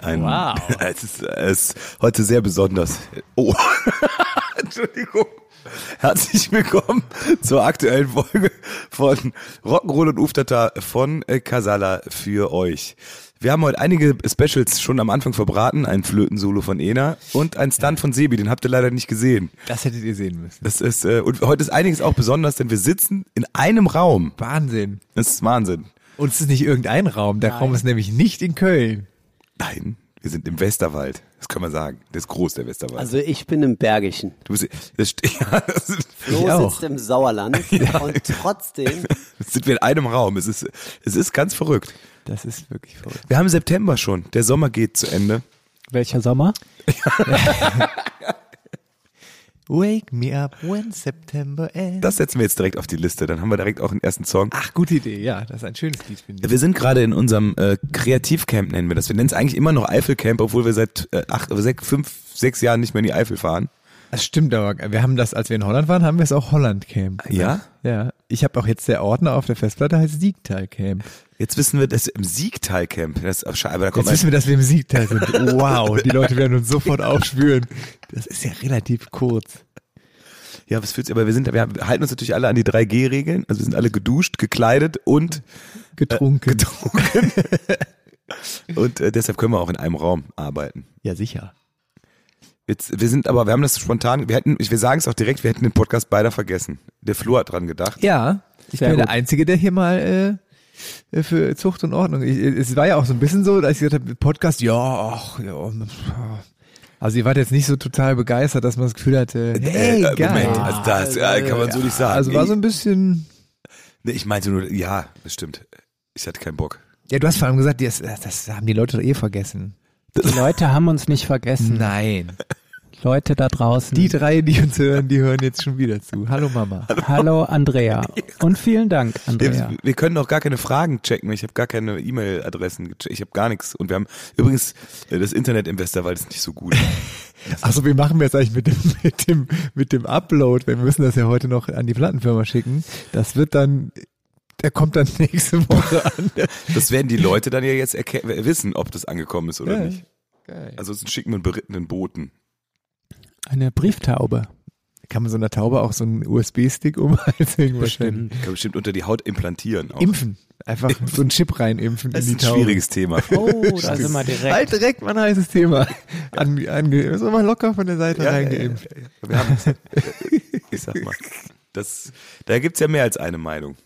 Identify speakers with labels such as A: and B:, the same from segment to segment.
A: Ein,
B: Wow.
A: Es ist, es ist heute sehr besonders. Oh. Entschuldigung. Herzlich willkommen zur aktuellen Folge von Rock'n'Roll und Uftata von äh, Casala für euch. Wir haben heute einige Specials schon am Anfang verbraten. Ein Flötensolo von Ena und ein Stunt von Sebi, den habt ihr leider nicht gesehen.
B: Das hättet ihr sehen müssen.
A: Das ist, äh, und heute ist einiges auch besonders, denn wir sitzen in einem Raum.
B: Wahnsinn.
A: Das ist Wahnsinn.
B: Und es ist nicht irgendein Raum. Der Raum ist nämlich nicht in Köln.
A: Nein, wir sind im Westerwald. Das kann man sagen. Der ist groß, der Westerwald.
C: Also ich bin im Bergischen.
A: Du bist, das, st- ja, das sind,
C: Flo
B: auch.
C: sitzt im Sauerland und trotzdem
A: sind wir in einem Raum. Es ist, es ist ganz verrückt.
B: Das ist wirklich verrückt.
A: Wir haben September schon. Der Sommer geht zu Ende.
D: Welcher Sommer?
B: Wake me up when September ends.
A: Das setzen wir jetzt direkt auf die Liste. Dann haben wir direkt auch den ersten Song.
B: Ach, gute Idee. Ja, das ist ein schönes Lied, finde ich.
A: Wir sind gerade in unserem äh, Kreativcamp, nennen wir das. Wir nennen es eigentlich immer noch Eifelcamp, obwohl wir seit äh, acht, sechs, fünf, sechs Jahren nicht mehr in die Eifel fahren.
B: Das stimmt aber. Wir haben das, als wir in Holland waren, haben wir es auch Holland Camp.
A: Ja?
B: Ja. Ich habe auch jetzt der Ordner auf der Festplatte heißt Siegtal Camp.
A: Jetzt wissen wir, dass im Siegtalcamp, das ist auch scheiße, aber da kommt
B: Jetzt
A: ein,
B: wissen wir, dass wir im Siegtal sind. Wow, die Leute werden uns sofort aufspüren. Das ist ja relativ kurz.
A: ja, was fühlt sich, aber wir sind, wir haben- halten uns natürlich alle an die 3G-Regeln, also wir sind alle geduscht, gekleidet und
B: Äh, Getrunken.
A: und äh, deshalb können wir auch in einem Raum arbeiten.
B: ja, sicher.
A: Jetzt, wir sind aber, wir haben das spontan, wir hätten, wir sagen es auch direkt, wir hätten den Podcast beider vergessen. Der Flo hat dran gedacht. Äh,
B: Ja, ich
D: Sehr
B: bin ja
D: gut.
B: der Einzige, der hier mal äh, für Zucht und Ordnung. Ich, äh, es war ja auch so ein bisschen so, als ich gesagt habe, Podcast, ja, ach, ja. Also ihr wart jetzt nicht so total begeistert, dass man das Gefühl hatte, hey,
A: äh,
B: geil.
A: Moment, also das äh, kann man so nicht sagen.
B: Also war so ein bisschen.
A: ich, ich meinte nur, ja, das stimmt. Ich hatte keinen Bock.
B: Ja, du hast vor allem gesagt, das, das haben die Leute doch eh vergessen.
D: Die Leute haben uns nicht vergessen.
B: Nein.
D: Leute da draußen.
B: Die drei, die uns hören, die hören jetzt schon wieder zu. Hallo Mama.
D: Hallo Andrea. Und vielen Dank,
A: Wir,
D: Andrea.
A: wir können auch gar keine Fragen checken. Ich habe gar keine E-Mail-Adressen gecheckt. Ich habe gar nichts. Und wir haben übrigens äh, das Internet im Westerwald ist nicht so gut.
B: Achso, Also, wie machen wir jetzt eigentlich mit dem, mit dem, mit dem Upload? Weil wir müssen das ja heute noch an die Plattenfirma schicken. Das wird dann, der kommt dann nächste Woche an.
A: Das werden die Leute dann ja jetzt erke- wissen, ob das angekommen ist oder
B: Ja.
A: nicht. Also sonst schicken wir einen berittenen Boten.
D: Eine Brieftaube.
B: Kann man so einer Taube auch so einen USB-Stick um den Hals hängen wahrscheinlich?
D: Bestimmt.
A: Kann bestimmt unter die Haut implantieren. Auch.
B: Impfen. Einfach so einen Chip reinimpfen
A: Das ist
B: in die
A: ein
B: Taube.
A: schwieriges Thema.
D: Oh, da sind wir
B: Halt
D: direkt.
B: direkt mal ein heißes Thema. An, ange, so mal locker von der Seite
A: Ja,
B: reingeimpft.
A: ja, ja. Wir haben Ich sag mal. Das, da gibt's ja mehr als eine Meinung.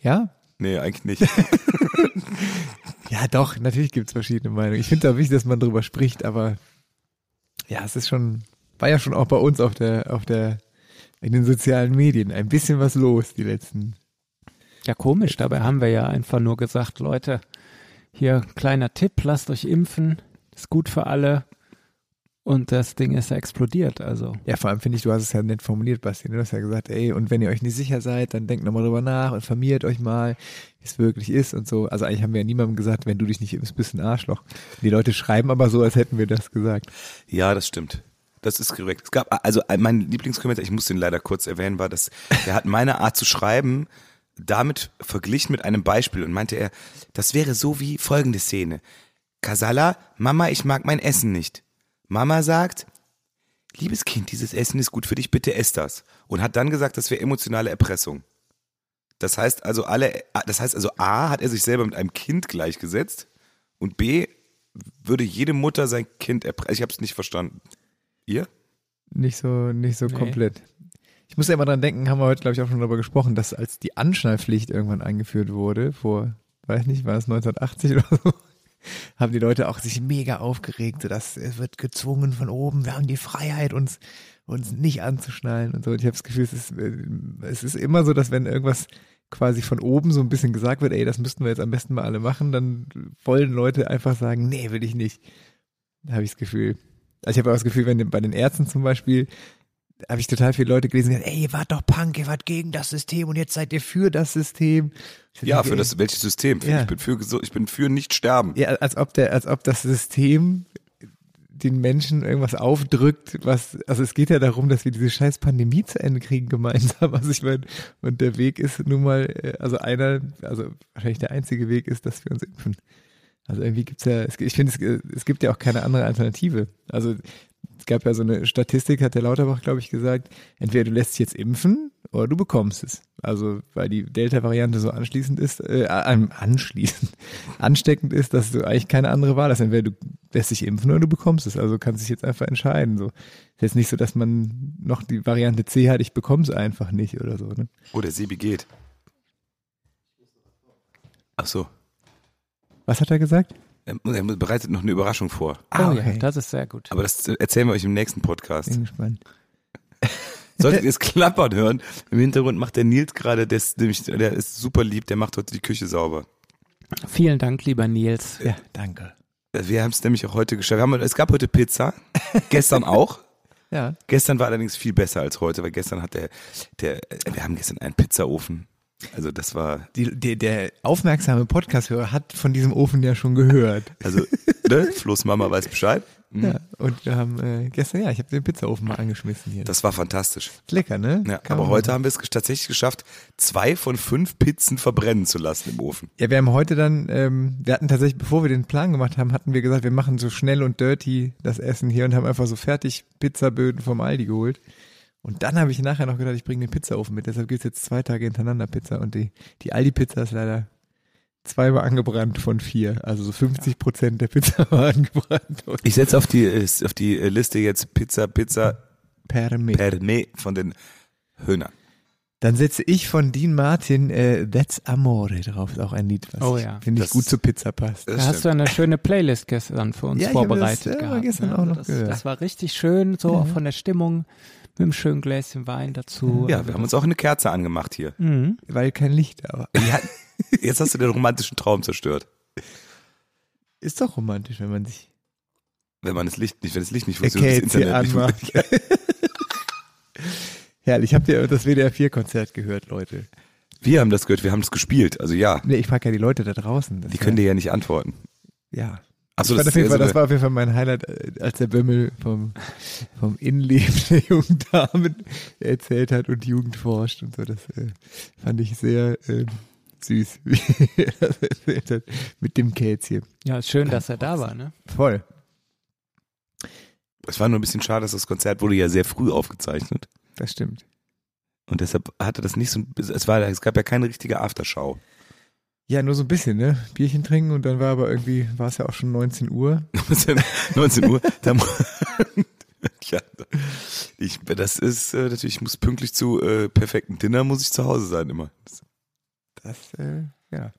B: Ja?
A: Nee, eigentlich nicht.
B: Ja, doch, natürlich gibt's verschiedene Meinungen. Ich finde es auch wichtig, dass man drüber spricht, aber ja, es ist schon, war ja schon auch bei uns auf der, auf der, in den sozialen Medien ein bisschen was los, die letzten.
D: Ja, komisch. Dabei haben wir ja einfach nur gesagt, Leute, hier kleiner Tipp, lasst euch impfen. Ist gut für alle. Und das Ding ist ja explodiert. Also
B: Ja, vor allem finde ich, du hast es ja nett formuliert, Basti. ne? Du hast ja gesagt, ey, und wenn ihr euch nicht sicher seid, dann denkt nochmal drüber nach, informiert euch mal, wie es wirklich ist und so. Also eigentlich haben wir ja niemandem gesagt, wenn du dich nicht impfst, bist du ein Arschloch. Die Leute schreiben aber so, als hätten wir das gesagt.
A: Ja, das stimmt. Das ist korrekt. Es gab, also mein Lieblingskommentar, ich muss den leider kurz erwähnen, war, dass er hat meine Art zu schreiben damit verglichen mit einem Beispiel und meinte er, das wäre so wie folgende Szene. Kasala, Mama, ich mag mein Essen nicht. Mama sagt, liebes Kind, dieses Essen ist gut für dich, bitte ess das. Und hat dann gesagt, das wäre emotionale Erpressung. Das heißt also alle, das heißt also A, hat er sich selber mit einem Kind gleichgesetzt und B, würde jede Mutter sein Kind erpressen. Ich habe es nicht verstanden. Ihr?
B: Nicht so, nicht so
D: Nee.
B: komplett. Ich muss ja immer dran denken, haben wir heute, glaube ich, auch schon darüber gesprochen, dass als die Anschnallpflicht irgendwann eingeführt wurde, vor weiß nicht, war es 1980 oder so, haben die Leute auch sich mega aufgeregt, so dass es wird gezwungen von oben, wir haben die Freiheit, uns, uns nicht anzuschnallen und so. Und ich habe das Gefühl, es ist, äh, es ist immer so, dass wenn irgendwas quasi von oben so ein bisschen gesagt wird, ey, das müssten wir jetzt am besten mal alle machen, dann wollen Leute einfach sagen, nee, will ich nicht. Habe ich das Gefühl. Also ich habe auch das Gefühl, wenn bei den Ärzten zum Beispiel, habe ich total viele Leute gelesen, die sagen, ey, ihr wart doch Punk, ihr wart gegen das System und jetzt seid ihr für das System. Ich
A: Ja,
B: denke,
A: für
B: ey,
A: das welches System?
B: Ja.
A: Ich bin für gesund- ich bin für nicht sterben.
B: Ja, als ob der, als ob das System den Menschen irgendwas aufdrückt, was, also es geht ja darum, dass wir diese scheiß Pandemie zu Ende kriegen gemeinsam. Also ich meine, und der Weg ist nun mal, äh, also einer, also wahrscheinlich der einzige Weg ist, dass wir uns impfen. Also irgendwie gibt's ja, es, ich finde, es, es gibt ja auch keine andere Alternative. Also es gab ja so eine Statistik, hat der Lauterbach, glaube ich, gesagt, entweder du lässt dich jetzt impfen oder du bekommst es. Also weil die Delta-Variante so anschließend ist, äh, an- anschließend, ansteckend ist, dass du eigentlich keine andere Wahl hast. Entweder du lässt dich impfen oder du bekommst es. Also kannst dich jetzt einfach entscheiden. So ist jetzt nicht so, dass man noch die Variante C hat, ich bekomme es einfach nicht oder so. Ne?
A: Oh, der Sebi geht. Ach so.
B: Was hat er gesagt?
A: Er mu- er mu- bereitet noch eine Überraschung vor.
D: Oh ja,
B: Ah, okay.
D: das ist sehr gut.
A: Aber das äh, erzählen wir euch im nächsten Podcast.
B: Bin gespannt.
A: Solltet ihr es klappern hören, im Hintergrund macht der Nils gerade, der ist, nämlich, der ist super lieb, der macht heute die Küche sauber.
D: Vielen Dank, lieber Nils.
B: Ja, danke.
A: Äh, Wir haben es nämlich auch heute geschafft. Wir haben, es gab heute Pizza, gestern auch.
B: Ja.
A: Gestern war allerdings viel besser als heute, weil gestern hat der, der äh, wir haben gestern einen Pizzaofen. Also das war,
B: Die, der, der aufmerksame Podcast-Hörer hat von diesem Ofen ja schon gehört.
A: also, ne, Flo's Mama weiß Bescheid. Mhm.
B: Ja, und wir haben äh, gestern, ja, ich habe den Pizzaofen mal angeschmissen hier. Das
A: Das war fantastisch.
B: ist lecker, ne?
A: Ja,
B: Kann
A: aber
B: man
A: heute
B: machen.
A: haben wir es gesch- tatsächlich geschafft, zwei von fünf Pizzen verbrennen zu lassen im Ofen.
B: Ja, wir haben heute dann, ähm, wir hatten tatsächlich, bevor wir den Plan gemacht haben, hatten wir gesagt, wir machen so schnell und dirty das Essen hier und haben einfach so fertig Pizzaböden vom Aldi geholt. Und dann habe ich nachher noch gedacht, ich bringe den Pizzaofen mit. Deshalb gibt's jetzt zwei Tage hintereinander Pizza und die, die Aldi-Pizza ist leider zweimal angebrannt von vier. Also so 50 Prozent der Pizza war angebrannt. Und
A: Ich setze auf die, äh, auf die äh, Liste jetzt Pizza, Pizza,
B: per Mix.
A: per me von den Höhnern.
B: Dann setze ich von Dean Martin äh, That's Amore drauf. Ist auch ein Lied, was
D: Oh
B: ich-
D: ja.
B: finde ich
A: Das- Äh?
B: gut zur Pizza passt.
D: Da hast du eine schöne Playlist gestern für uns
B: Ja, ich habe
D: vorbereitet.
B: das, äh,
D: gehabt,
B: gestern
D: ne?
B: auch noch
D: das,
B: gehört.
D: das war richtig schön, so auch von der Stimmung, mit einem schönen Gläschen Wein dazu.
A: Ja, wir haben uns auch eine Kerze angemacht hier.
D: Mhm.
B: Weil kein Licht da war.
A: Ja, jetzt hast du den romantischen Traum zerstört.
B: Ist doch romantisch, wenn man sich
A: Wenn man das Licht nicht, wenn das Licht nicht funktioniert, das
B: Kälte
A: Internet nicht funktioniert.
B: anmacht. Herrlich, habt ihr das WDR4-Konzert gehört, Leute?
A: Wir haben das gehört, wir haben es gespielt. Also ja,
B: Nee, ich frage ja die Leute da draußen. Das
A: die können
B: ja,
A: dir ja nicht antworten.
B: Ja.
A: Achso,
B: das,
A: das,
B: war auf jeden
A: ist ja so
B: Fall, das
A: eine-
B: war auf jeden Fall mein Highlight, äh, als der Bömmel vom, vom Innenleben der jungen Damen erzählt hat und Jugend forscht und so. Das äh, fand ich sehr äh, süß, wie er das erzählt hat mit dem Kätzchen.
D: Ja, ist schön, dass er da war, ne?
B: Voll.
A: es war nur ein bisschen schade, dass das Konzert wurde ja sehr früh aufgezeichnet.
B: Das stimmt.
A: Und deshalb hatte das nicht so, ein- es war, es gab ja keine richtige Aftershow.
B: Ja, nur so ein bisschen, ne? Bierchen trinken und dann war aber irgendwie, war es ja auch schon 19 Uhr.
A: 19, 19 Uhr. Da, mu- ja, ich, das ist äh, natürlich, ich muss pünktlich zu äh, perfekten Dinner muss ich zu Hause sein immer. Das
B: Das, äh, ja.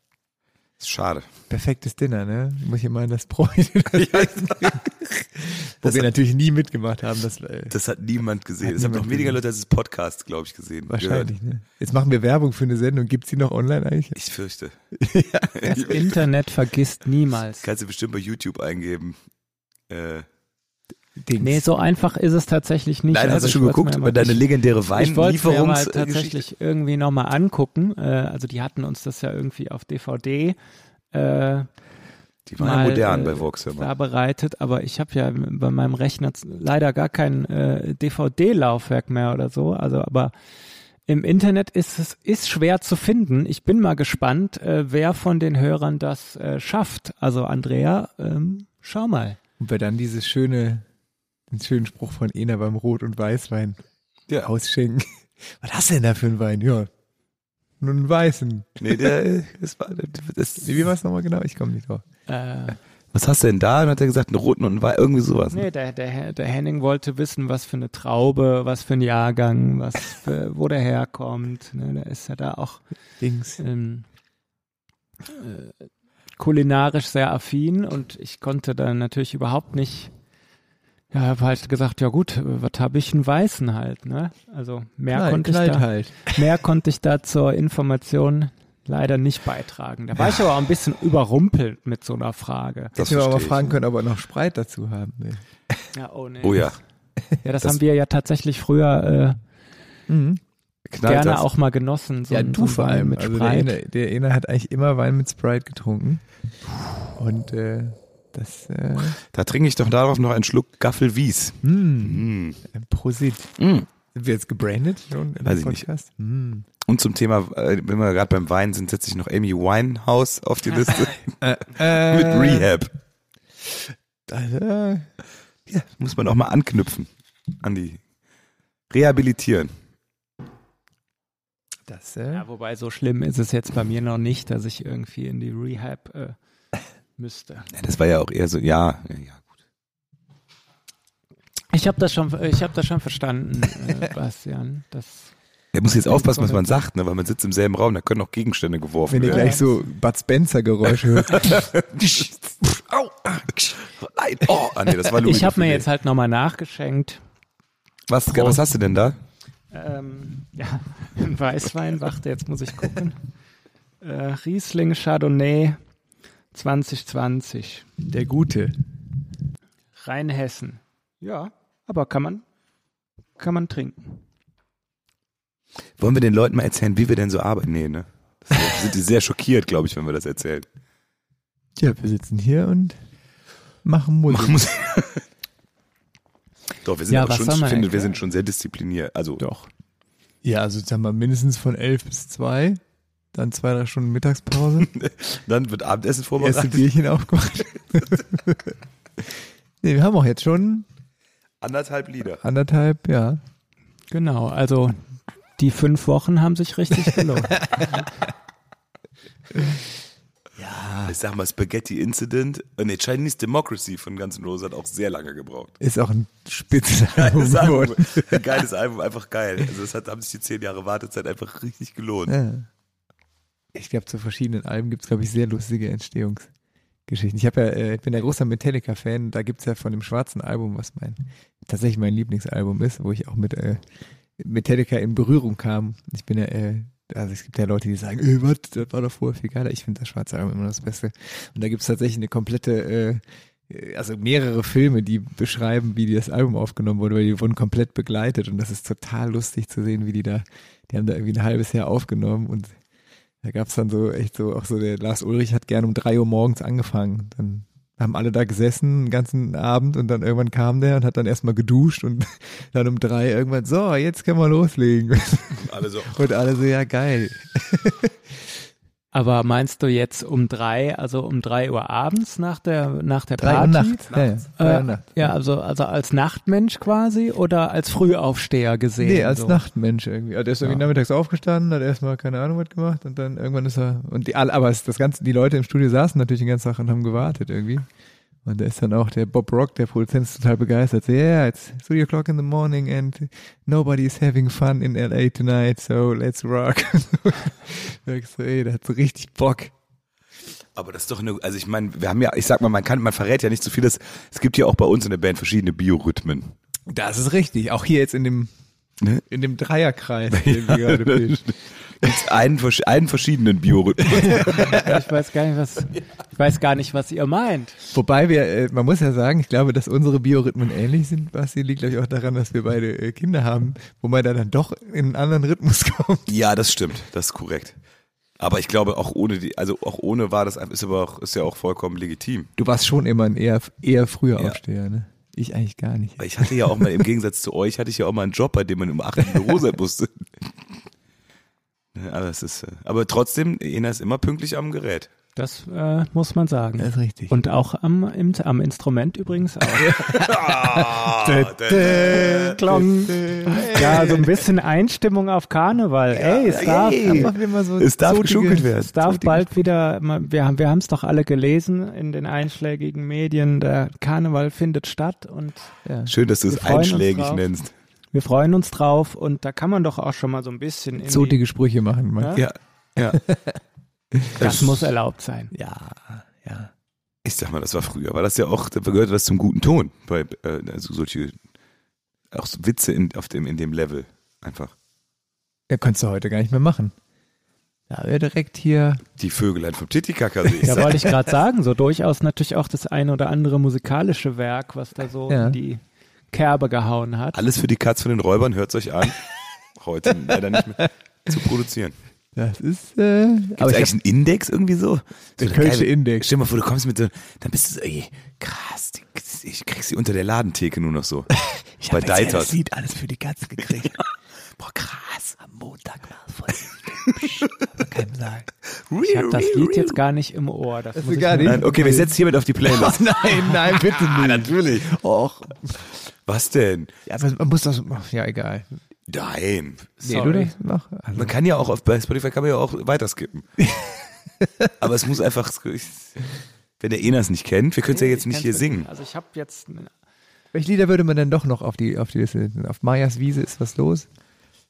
A: ist schade.
B: Perfektes Dinner, ne? Muss ich immer an das Bräuchte. Wo
A: Das
B: wir
A: hat-
B: natürlich nie mitgemacht haben, das äh,
A: Das hat niemand gesehen.
B: Hat
A: Es haben noch
B: niemand
A: weniger
B: gesehen.
A: Leute als das Podcast, glaube ich, gesehen. Gehört.
B: wahrscheinlich, ne? Jetzt machen wir Werbung für eine Sendung. Gibt's die noch online eigentlich?
A: Ich fürchte.
D: Das Internet vergisst niemals.
A: Kannst du bestimmt bei YouTube eingeben. Äh,
B: Dings.
D: Nee, so einfach ist es tatsächlich nicht.
A: nein, hast
D: Also
A: du
D: ich
A: schon
D: wollt's mir
A: geguckt
D: ja mal-
A: über deine legendäre äh,
D: Ich wollte es mir mal
A: Weinlieferungsgeschichte?
D: tatsächlich irgendwie nochmal angucken. Äh, also die hatten uns das ja irgendwie auf DVD äh,
A: Die waren ja
D: mal,
A: modern
D: äh,
A: bei Vox, hör mal.
D: vorbereitet, aber ich habe ja bei meinem Rechner z- leider gar kein äh, DVD-Laufwerk mehr oder so. Also, aber im Internet ist es ist schwer zu finden. Ich bin mal gespannt, äh, wer von den Hörern das äh, schafft. Also Andrea, ähm, schau mal.
B: Und wir dann dieses schöne, den schönen Spruch von Ena beim Rot- und Weißwein
A: Ja.
B: ausschenken. Was hast du denn da für einen Wein? Ja. Nur einen weißen.
A: Nee, der, das war, das,
B: Wie war es nochmal genau? Ich komme nicht drauf.
D: Äh,
A: was hast du denn da? Und hat er gesagt, einen roten und einen weißen, irgendwie sowas.
D: nee, der, der, der Henning wollte wissen, was für eine Traube, was für ein Jahrgang, was für, wo der herkommt. Ne, da ist ja da auch
B: Dings.
D: ähm, kulinarisch sehr affin und ich konnte dann natürlich überhaupt nicht. Ja, habe halt gesagt, ja gut, äh, was habe ich einen Weißen halt, ne? Also mehr
B: Nein,
D: konnte ich
B: Kleid
D: da,
B: halt.
D: mehr konnte ich da zur Information leider nicht beitragen. Da war ich aber auch ein bisschen überrumpelt mit so einer Frage.
A: Das
B: Hätten wir aber
A: verstehe ich.
B: fragen können, ob er noch Spreit dazu haben will.
D: Ja, oh, nee.
A: Oh ja,
D: Ja, das,
A: Das-
D: haben wir ja tatsächlich früher äh,
A: knallt
D: gerne
A: das.
D: auch mal genossen. So
B: ja,
D: ein-
B: du
D: so ein
B: vor
D: Wein
B: allem.
D: Mit
B: also der
D: Sprite.
B: Ene, der Ene hat eigentlich immer Wein mit Sprite getrunken. Und äh, das äh,
A: Da trinke ich doch darauf noch einen Schluck Gaffel Wies. Mm.
B: äh, Prosit.
A: Mm.
B: Sind wir jetzt gebrandet schon in
A: Weiß
B: dem
A: ich nicht.
B: Podcast? Hm.
A: Und zum Thema, äh, wenn wir gerade beim Wein sind, setze ich noch Amy Winehouse auf die Liste mit Rehab.
B: Äh,
A: Ja, muss man auch mal anknüpfen an die rehabilitieren.
B: das, äh,
D: Ja, wobei so schlimm ist es jetzt bei mir noch nicht, dass ich irgendwie in die Rehab äh, müsste.
A: Ja, das war ja auch eher so, ja, ja, ja.
D: Ich habe das schon, ich habe das schon verstanden, äh, Bastian. Das
A: Er muss jetzt aufpassen, was man sagt, ne, weil man sitzt im selben Raum, da können auch Gegenstände geworfen
B: wenn ihr
A: werden.
B: gleich so Bud Spencer-Geräusche hört.
A: Au, ah, nein, oh, ah, nee, das war Louis
D: ich habe mir
A: Vuitton.
D: jetzt halt nochmal nachgeschenkt.
A: Was, was hast du denn da?
D: Ähm, ja, ein Weißwein, warte, jetzt muss ich gucken. Äh, Riesling Chardonnay 2020,
B: der Gute.
D: Rheinhessen. Ja, aber kann man, kann man trinken.
A: Wollen wir den Leuten mal erzählen, wie wir denn so arbeiten? Nee, ne? Das sind die sehr schockiert, glaube ich, wenn wir das erzählen.
B: Ja, wir sitzen hier und machen Musik.
A: Muss- Doch, wir sind
D: Ja,
A: aber
D: was
A: schon,
D: soll
A: ich
D: man
A: finde, wir
D: erklären?
A: sind schon sehr diszipliniert. Also,
D: Doch.
B: Ja, also sagen wir mindestens von elf bis zwei. Dann zwei, drei Stunden Mittagspause.
A: dann wird Abendessen
B: erste
A: vorbereitet.
B: Bierchen aufgemacht. nee, wir haben auch jetzt schon
A: Anderthalb Lieder.
B: anderthalb, ja.
D: Genau, also die fünf Wochen haben sich richtig gelohnt. Ah.
A: Ich sag mal, Spaghetti Incident. äh, Nee, Chinese Democracy von Guns N' Roses hat auch sehr lange gebraucht.
B: Ist auch ein Spitzenalbum
A: Geiles Album.
B: geworden.
A: Ein geiles Album, einfach geil. Also, das hat, haben sich die zehn Jahre Wartezeit einfach richtig gelohnt.
B: Ja. Ich glaube, zu verschiedenen Alben gibt es, glaube ich, sehr lustige Entstehungsgeschichten. Ich, hab ja, äh, ich bin ja großer Metallica-Fan. Da gibt es ja von dem schwarzen Album, was mein tatsächlich mein Lieblingsalbum ist, wo ich auch mit äh, Metallica in Berührung kam. Ich bin ja, äh, also es gibt ja Leute, die sagen, äh, was, das war doch vorher viel geiler. Ich finde das schwarze Album immer das Beste. Und da gibt es tatsächlich eine komplette, äh, äh, also mehrere Filme, die beschreiben, wie das Album aufgenommen wurde, weil die wurden komplett begleitet und das ist total lustig zu sehen, wie die da, die haben da irgendwie ein halbes Jahr aufgenommen und da gab es dann so echt so, auch so der Lars Ulrich hat gern um drei Uhr morgens angefangen. Dann haben alle da gesessen den ganzen Abend und dann irgendwann kam der und hat dann erstmal geduscht und dann um drei irgendwann, so, jetzt können wir loslegen.
A: Alle so.
B: Und alle so, ja geil.
D: Aber meinst du jetzt um drei, also um drei Uhr abends nach der nach der
B: Drei Uhr
D: Party?
B: nachts. Ja, ja. Drei Uhr
D: Äh,
B: nachts.
D: ja, also also als Nachtmensch quasi oder als Frühaufsteher gesehen?
B: Nee, als
D: so.
B: Nachtmensch irgendwie. Also der ist irgendwie
D: Ja.
B: nachmittags aufgestanden, hat erstmal keine Ahnung was gemacht und dann irgendwann ist er und die alle, aber es, das ganze, die Leute im Studio saßen natürlich den ganzen Tag und haben gewartet irgendwie. Und da ist dann auch der Bob Rock, der Produzent, ist total begeistert. So, yeah, it's three o'clock in the morning and nobody is having fun in LA tonight, so let's rock. Merkst du, ey, der hat so richtig Bock.
A: Aber das ist doch eine, also ich meine, wir haben ja, ich sag mal, man kann, man verrät ja nicht so viel. Das, es gibt ja auch bei uns in der Band verschiedene Biorhythmen.
B: Das ist richtig. Auch hier jetzt in dem,
A: Ne?
B: in dem Dreierkreis, den wir gerade bilden.
A: Gibt's einen, versch- einen verschiedenen Biorhythmus.
D: Ich weiß gar nicht was. Ich weiß gar nicht was ihr meint.
B: Wobei wir, äh, man muss ja sagen, ich glaube, dass unsere Biorhythmen ähnlich sind, Basti, liegt glaube ich auch daran, dass wir beide äh, Kinder haben, wo man da dann doch in einen anderen Rhythmus kommt.
A: Ja, das stimmt, das ist korrekt. Aber ich glaube, auch ohne die, also auch ohne war das, ist aber auch, ist ja auch vollkommen legitim.
B: Du warst schon immer ein eher, eher früher
A: Ja.
B: Aufsteher, ne? Ich eigentlich gar nicht.
A: Weil ich hatte ja auch mal, im Gegensatz zu euch, hatte ich ja auch mal einen Job, bei dem man um 8 Uhr im Büro sein musste. Ne, Aber, es ist, äh, aber trotzdem, Ena ist immer pünktlich am Gerät.
D: Das äh, muss man sagen.
B: Das ist richtig.
D: Und auch am im, am Instrument übrigens auch. Klong. ja, so ein bisschen Einstimmung auf Karneval. Ey, es darf,
B: Einfach immer so
A: Es darf
B: zotige-
A: geschunkelt werden.
D: Es darf bald wieder, man- wir haben wir es doch alle gelesen in den einschlägigen Medien, der Karneval findet statt und
B: Ja.
A: Schön, dass du es
D: Wir freuen uns
A: einschlägig
D: drauf.
A: nennst.
D: wir freuen uns drauf und da kann man doch auch schon mal so ein bisschen in die,
B: Zotige Sprüche machen. Man.
D: Ja?
A: Ja, ja.
D: Das muss erlaubt sein.
B: Ja, ja.
A: Ich sag mal, das war früher, war das ja auch, da gehörte das zum guten Ton, bei äh, also solche auch so Witze in, auf dem, in dem Level einfach.
B: Ja, könntest du heute gar nicht mehr machen. Da wäre direkt hier.
A: Die Vögelein vom Titicaca sehe ich.
D: Ja, wollte ich gerade sagen, so durchaus natürlich auch das eine oder andere musikalische Werk, was da so
B: Ja.
D: in die Kerbe gehauen hat.
A: Alles für die Katz von den Räubern, hört's euch an. Heute leider nicht mehr zu produzieren.
B: Das ist. Äh,
A: Ist
B: aber ich
A: eigentlich ein Index irgendwie so? so
B: Der
A: eine
B: Kölsche
A: geile-
B: Index.
A: Stell dir mal vor, du kommst mit so, dann bist du so, ey, krass, die- ich krieg sie unter der Ladentheke nur noch so.
B: ich
A: bei
B: hab jetzt ja
A: Deiters.
B: Das Lied alles für die Katze gekriegt.
A: Boah, krass.
B: Am Montag war es voll. Kein sagen.
D: Ich habe das Lied jetzt gar nicht im Ohr. Das,
B: Das
D: muss
B: ist
D: ich
B: gar
D: mir-
B: nicht.
A: Nein, okay, wir setzen hiermit auf die
B: Oh
A: Playlist. Ah,
B: nein, nein, bitte nicht.
A: natürlich.
B: Och,
A: Was denn?
B: ja, aber man muss das. Ja, egal.
A: Nein.
B: Nee, du
D: Sorry.
B: das mach. Also,
A: Man kann ja auch auf, bei Spotify kann man ja auch weiterskippen. Aber es muss einfach, ich, wenn der Enas nicht kennt, wir können es ja jetzt
D: Ich
A: nicht
D: kann's
A: hier
D: mit-
A: singen.
D: Also ich habe jetzt
B: welche Lieder würde man denn doch noch auf die, auf die Liste setzen? Auf Mayas Wiese ist was los?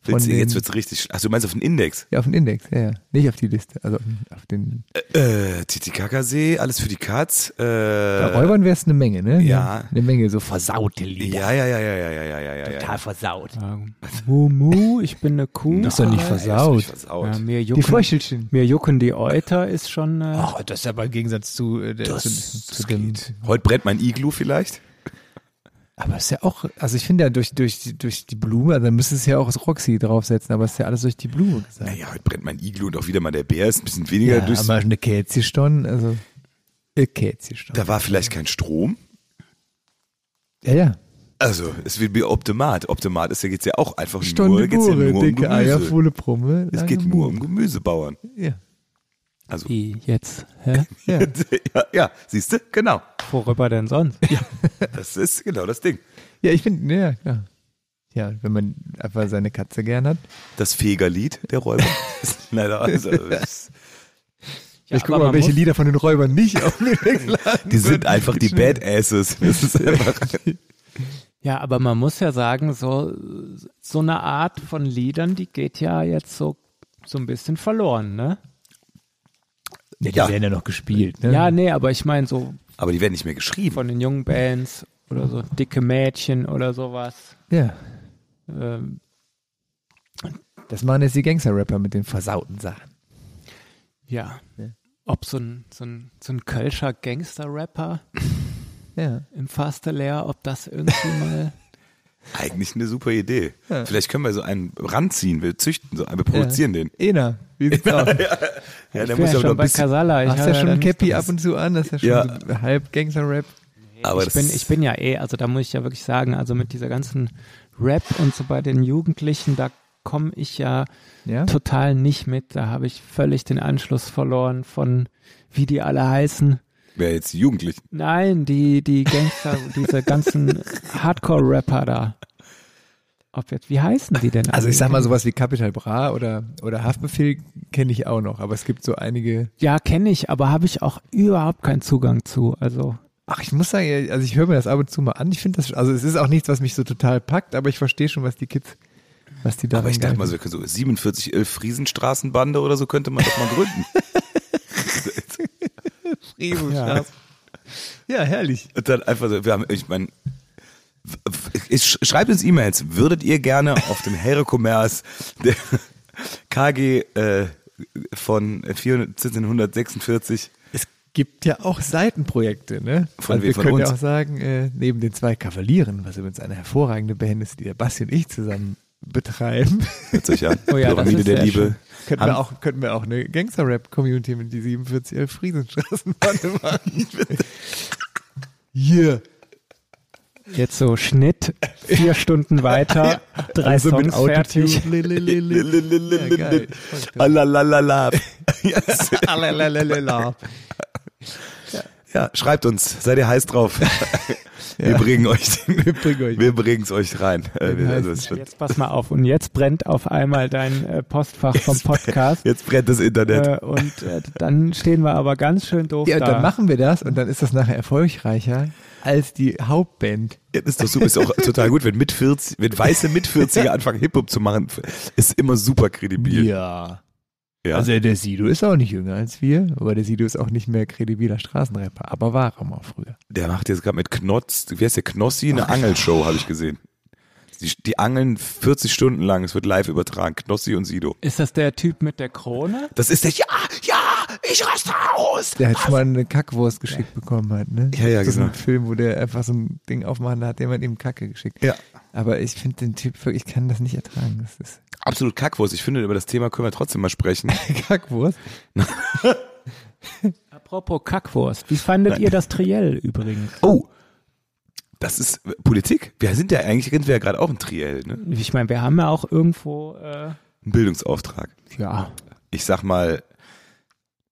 B: Von
A: Willst, du-
B: den-
A: jetzt wird's richtig. sch- Ach, du meinst auf den Index?
B: Ja, auf den Index, ja, ja. Nicht auf die Liste, also auf den. Auf den
A: Äh, Titicacasee, alles für die Katz. Äh,
B: bei Räubern wäre es eine Menge, ne?
A: ja.
B: Eine Menge so versaute Lieder.
A: ja, ja, ja, ja, ja, ja, ja, ja, ja. ja.
B: versaut.
D: Mu Mu, ich bin eine Kuh.
B: Das ist doch nicht
A: Ey, ist
B: versaut.
A: mich versaut.
D: Ja, mir,
B: Die
D: jucken,
B: Fröschelchen.
D: mir jucken die Euter ist schon. Äh,
B: Ach, Oh, das ist aber im Gegensatz zu, äh, der, zu, zu dem.
A: Heute brennt mein Iglu vielleicht.
B: Aber es ist ja auch, also ich finde ja durch, durch, die- durch die Blume, also dann müsste es ja auch das Roxy draufsetzen, aber es ist ja alles durch die Blume gesagt.
A: Naja, heute brennt mein Iglu und auch wieder mal der Bär ist ein bisschen weniger durch.
B: aber eine Kätzchen schon, also eine Kätzchen schon.
A: Da war vielleicht kein Strom.
B: Ja, ja.
A: Also, es wird wie Optimat. Optimat ist ja geht's ja auch einfach nur,
B: Stunde
A: geht's ja
B: Bure,
A: nur um
B: dicke Eier,
A: Gemüse.
B: volle Brumme.
A: Es
B: lange
A: geht nur um
B: Mut.
A: Gemüsebauern.
B: Ja.
A: Also,
D: die jetzt. Hä?
B: ja.
A: ja, ja siehst du? Genau.
D: Worüber denn sonst?
A: Das ist genau das Ding.
B: ja, ich finde, ja, klar. Ja, wenn man einfach seine Katze gern hat.
A: Das Fegerlied der Räuber. ist leider also, das-
B: ich gucke mal, welche Lieder von den Räubern nicht auf den Index landen.
A: Die sind einfach die Badasses. Das ist einfach.
D: Ja, aber man muss ja sagen, so, so eine Art von Liedern, die geht ja jetzt so, so ein bisschen verloren, ne?
B: Ja, die
A: Ja.
B: werden ja noch gespielt, ne?
D: Ja, nee, aber ich meine so
A: Aber die werden nicht mehr geschrieben.
D: von den jungen Bands oder so dicke Mädchen oder sowas.
B: ja.
D: Ähm,
B: Das machen jetzt die Gangster-Rapper mit den versauten Sachen.
D: ja.
B: Ja.
D: Ob so ein, so ein, so ein Kölscher Gangster-Rapper
B: Ja.
D: im Fasteleer, ob das irgendwie mal.
A: Eigentlich eine super Idee. Vielleicht können wir so einen ranziehen. Wir züchten so einen, wir produzieren den.
B: Ena, wie sieht's aus?
A: Ja,
D: ich
A: der
D: bin
A: muss aber
D: ja
A: noch
D: schon
A: ein
D: bei
A: bisschen.
D: Casala. Ich
B: Hast
D: habe
B: ja schon
D: dann-
B: ein Cappy ab und zu an, das ist ja
A: Ja.
B: schon so halb Gangster-Rap.
A: Aber
D: ich
A: das
D: bin, ich bin ja eh, also da muss ich ja wirklich sagen, also mit dieser ganzen Rap und so bei den Jugendlichen, da komme ich ja
B: Ja?
D: total nicht mit. Da habe ich völlig den Anschluss verloren von, wie die alle heißen.
A: wer jetzt die Jugendlichen.
D: Nein, die, die Gangster, diese ganzen Hardcore-Rapper da. Ob jetzt, wie heißen die denn?
B: Also ich sag mal sowas wie Capital Bra oder, oder Haftbefehl kenne ich auch noch, aber es gibt so einige.
D: Ja, kenne ich, aber habe ich auch überhaupt keinen Zugang zu. Also
B: Ach, ich muss sagen, also ich höre mir das ab und zu mal an. Ich finde das, also es ist auch nichts, was mich so total packt, aber ich verstehe schon, was die Kids, was die da
A: Aber ich dachte mal, so, wir können so 47 11 Friesenstraßenbande oder so könnte man doch mal gründen.
B: ja. ja, herrlich.
A: Und dann einfach so, wir haben, ich meine, schreibt uns E-Mails. Würdet ihr gerne auf dem Hellre Commerce der KG äh, von 400 1446
B: Es gibt ja auch Seitenprojekte, ne?
A: Von wem?
B: also wir
A: Von
B: können ja
A: uns?
B: auch sagen, äh, neben den zwei Kavalieren, was übrigens eine hervorragende Band ist, die der Basti und ich zusammen betreiben,
A: Hört sich an.
D: Oh ja, das
A: Pyramide
D: ist
A: der
D: sehr
A: Liebe.
D: schön.
B: könnten
A: Haben-
B: wir auch, könnten wir auch eine Gangster-Rap-Community mit die 47 Friesenstraßenbande machen. Hier.
D: jetzt so Schnitt, vier Stunden weiter, drei
B: Also mit
D: Songs fertig.
B: Autotune. Lelelele. Ja, geil.
A: Alalalala. Yes.
B: Alalalala.
A: Ja, schreibt uns, seid ihr heiß drauf. Wir bringen euch den,
B: Wir bringen euch-
A: wir bringen's euch rein. Äh, wir- also es wird-
D: Jetzt pass mal auf. Und jetzt brennt auf einmal dein äh, Postfach vom Podcast.
A: Jetzt brennt das Internet.
D: Äh, und äh, dann stehen wir aber ganz schön doof
B: Ja, und
D: da.
B: dann machen wir das und dann ist das nachher erfolgreicher als die Hauptband.
A: Ja, das ist doch super, ist auch total gut, wenn mit 40, wenn weiße mit 40er anfangen Hip-Hop zu machen, ist immer super kredibil.
B: Ja.
A: Ja.
B: Also der Sido ist auch nicht jünger als wir, aber der Sido ist auch nicht mehr kredibiler Straßenrapper, aber war er mal früher.
A: Der macht jetzt gerade mit Knotz, wie heißt der Knossi, eine Angelshow, habe ich gesehen. Die, die angeln 40 Stunden lang, es wird live übertragen. Knossi und Sido.
D: Ist das der Typ mit der Krone?
A: Das ist der, ja, ja, ich raste aus.
B: Der hat schon mal eine Kackwurst geschickt bekommen hat, ne?
A: Ja, ja,
B: das
A: genau.
B: ist ein Film, wo der einfach so ein Ding aufmachen hat, dem hat ihm Kacke geschickt.
A: Ja.
B: Aber ich finde den Typ, wirklich- ich kann das nicht ertragen. Das ist
A: Absolut Kackwurst. Ich finde, über das Thema können wir trotzdem mal sprechen.
B: Kackwurst.
D: Apropos Kackwurst. Wie fandet ihr das Triell übrigens?
A: Oh, das ist äh, Politik. Wir sind ja eigentlich, sind wir ja gerade auch ein Triell, ne?
D: Ich meine, wir haben ja auch irgendwo, äh,
A: Ein Bildungsauftrag.
D: ja,
A: Ich sag mal,